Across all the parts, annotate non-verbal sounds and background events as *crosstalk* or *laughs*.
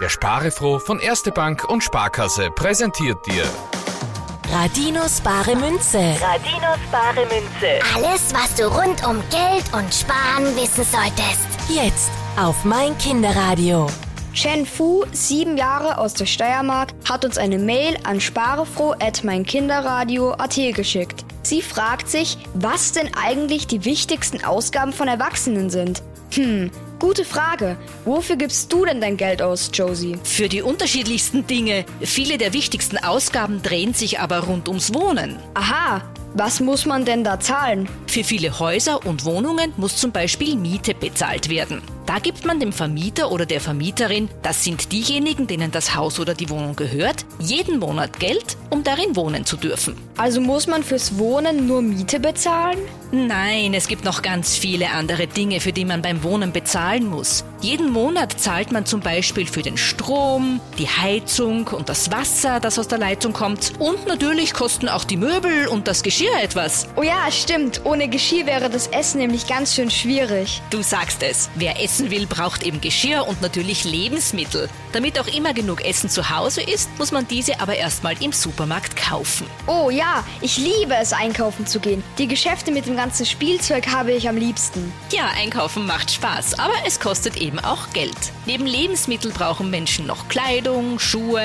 Der Sparefroh von Erste Bank und Sparkasse präsentiert dir Radinos bare Münze. Radinos bare Münze. Alles, was du rund um Geld und Sparen wissen solltest. Jetzt auf mein Kinderradio. Chen Fu, sieben Jahre aus der Steiermark, hat uns eine Mail an sparefroh.meinkinderradio.at geschickt. Sie fragt sich, was denn eigentlich die wichtigsten Ausgaben von Erwachsenen sind. Hm, gute Frage. Wofür gibst du denn dein Geld aus, Josie? Für die unterschiedlichsten Dinge. Viele der wichtigsten Ausgaben drehen sich aber rund ums Wohnen. Aha, was muss man denn da zahlen? Für viele Häuser und Wohnungen muss zum Beispiel Miete bezahlt werden. Da gibt man dem Vermieter oder der Vermieterin, das sind diejenigen, denen das Haus oder die Wohnung gehört, jeden Monat Geld, um darin wohnen zu dürfen. Also muss man fürs Wohnen nur Miete bezahlen? Nein, es gibt noch ganz viele andere Dinge, für die man beim Wohnen bezahlen muss. Jeden Monat zahlt man zum Beispiel für den Strom, die Heizung und das Wasser, das aus der Leitung kommt. Und natürlich kosten auch die Möbel und das Geschirr etwas. Oh ja, stimmt. Ohne Geschirr wäre das Essen nämlich ganz schön schwierig. Du sagst es. Wer essen will, braucht eben Geschirr und natürlich Lebensmittel. Damit auch immer genug Essen zu Hause ist, muss man diese aber erstmal im Supermarkt kaufen. Oh ja, ich liebe es, einkaufen zu gehen. Die Geschäfte mit dem ganzen Spielzeug habe ich am liebsten. Ja, einkaufen macht Spaß, aber es kostet eben auch Geld. Neben Lebensmittel brauchen Menschen noch Kleidung, Schuhe,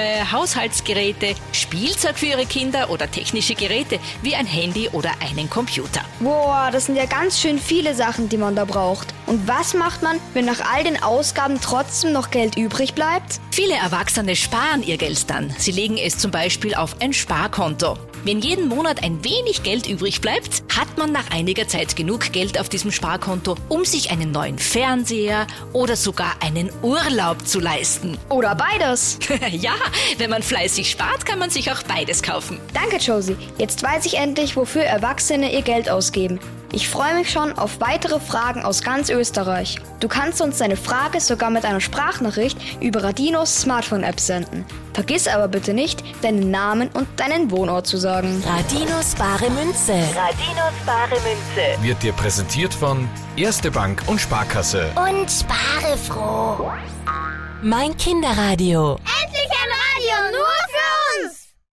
Haushaltsgeräte, Spielzeug für ihre Kinder oder technische Geräte wie ein Handy oder einen Computer. Boah, das sind ja ganz schön viele Sachen, die man da braucht. Und was macht man, wenn nach all den Ausgaben trotzdem noch Geld übrig bleibt? Viele Erwachsene sparen ihr Geld dann. Sie legen es zum Beispiel auf ein Sparkonto. Wenn jeden Monat ein wenig Geld übrig bleibt, hat man nach einiger Zeit genug Geld auf diesem Sparkonto, um sich einen neuen Fernseher oder sogar einen Urlaub zu leisten. Oder beides. *laughs* ja, wenn man fleißig spart, kann man sich auch beides kaufen. Danke, Josie. Jetzt weiß ich endlich, wofür Erwachsene ihr Geld ausgeben. Ich freue mich schon auf weitere Fragen aus ganz Österreich. Du kannst uns deine Frage sogar mit einer Sprachnachricht über Radinos Smartphone-App senden. Vergiss aber bitte nicht, deinen Namen und deinen Wohnort zu sagen. Radinos bare Münze. Radinos bare Münze. wird dir präsentiert von Erste Bank und Sparkasse. Und spare froh. Mein Kinderradio. Endlich!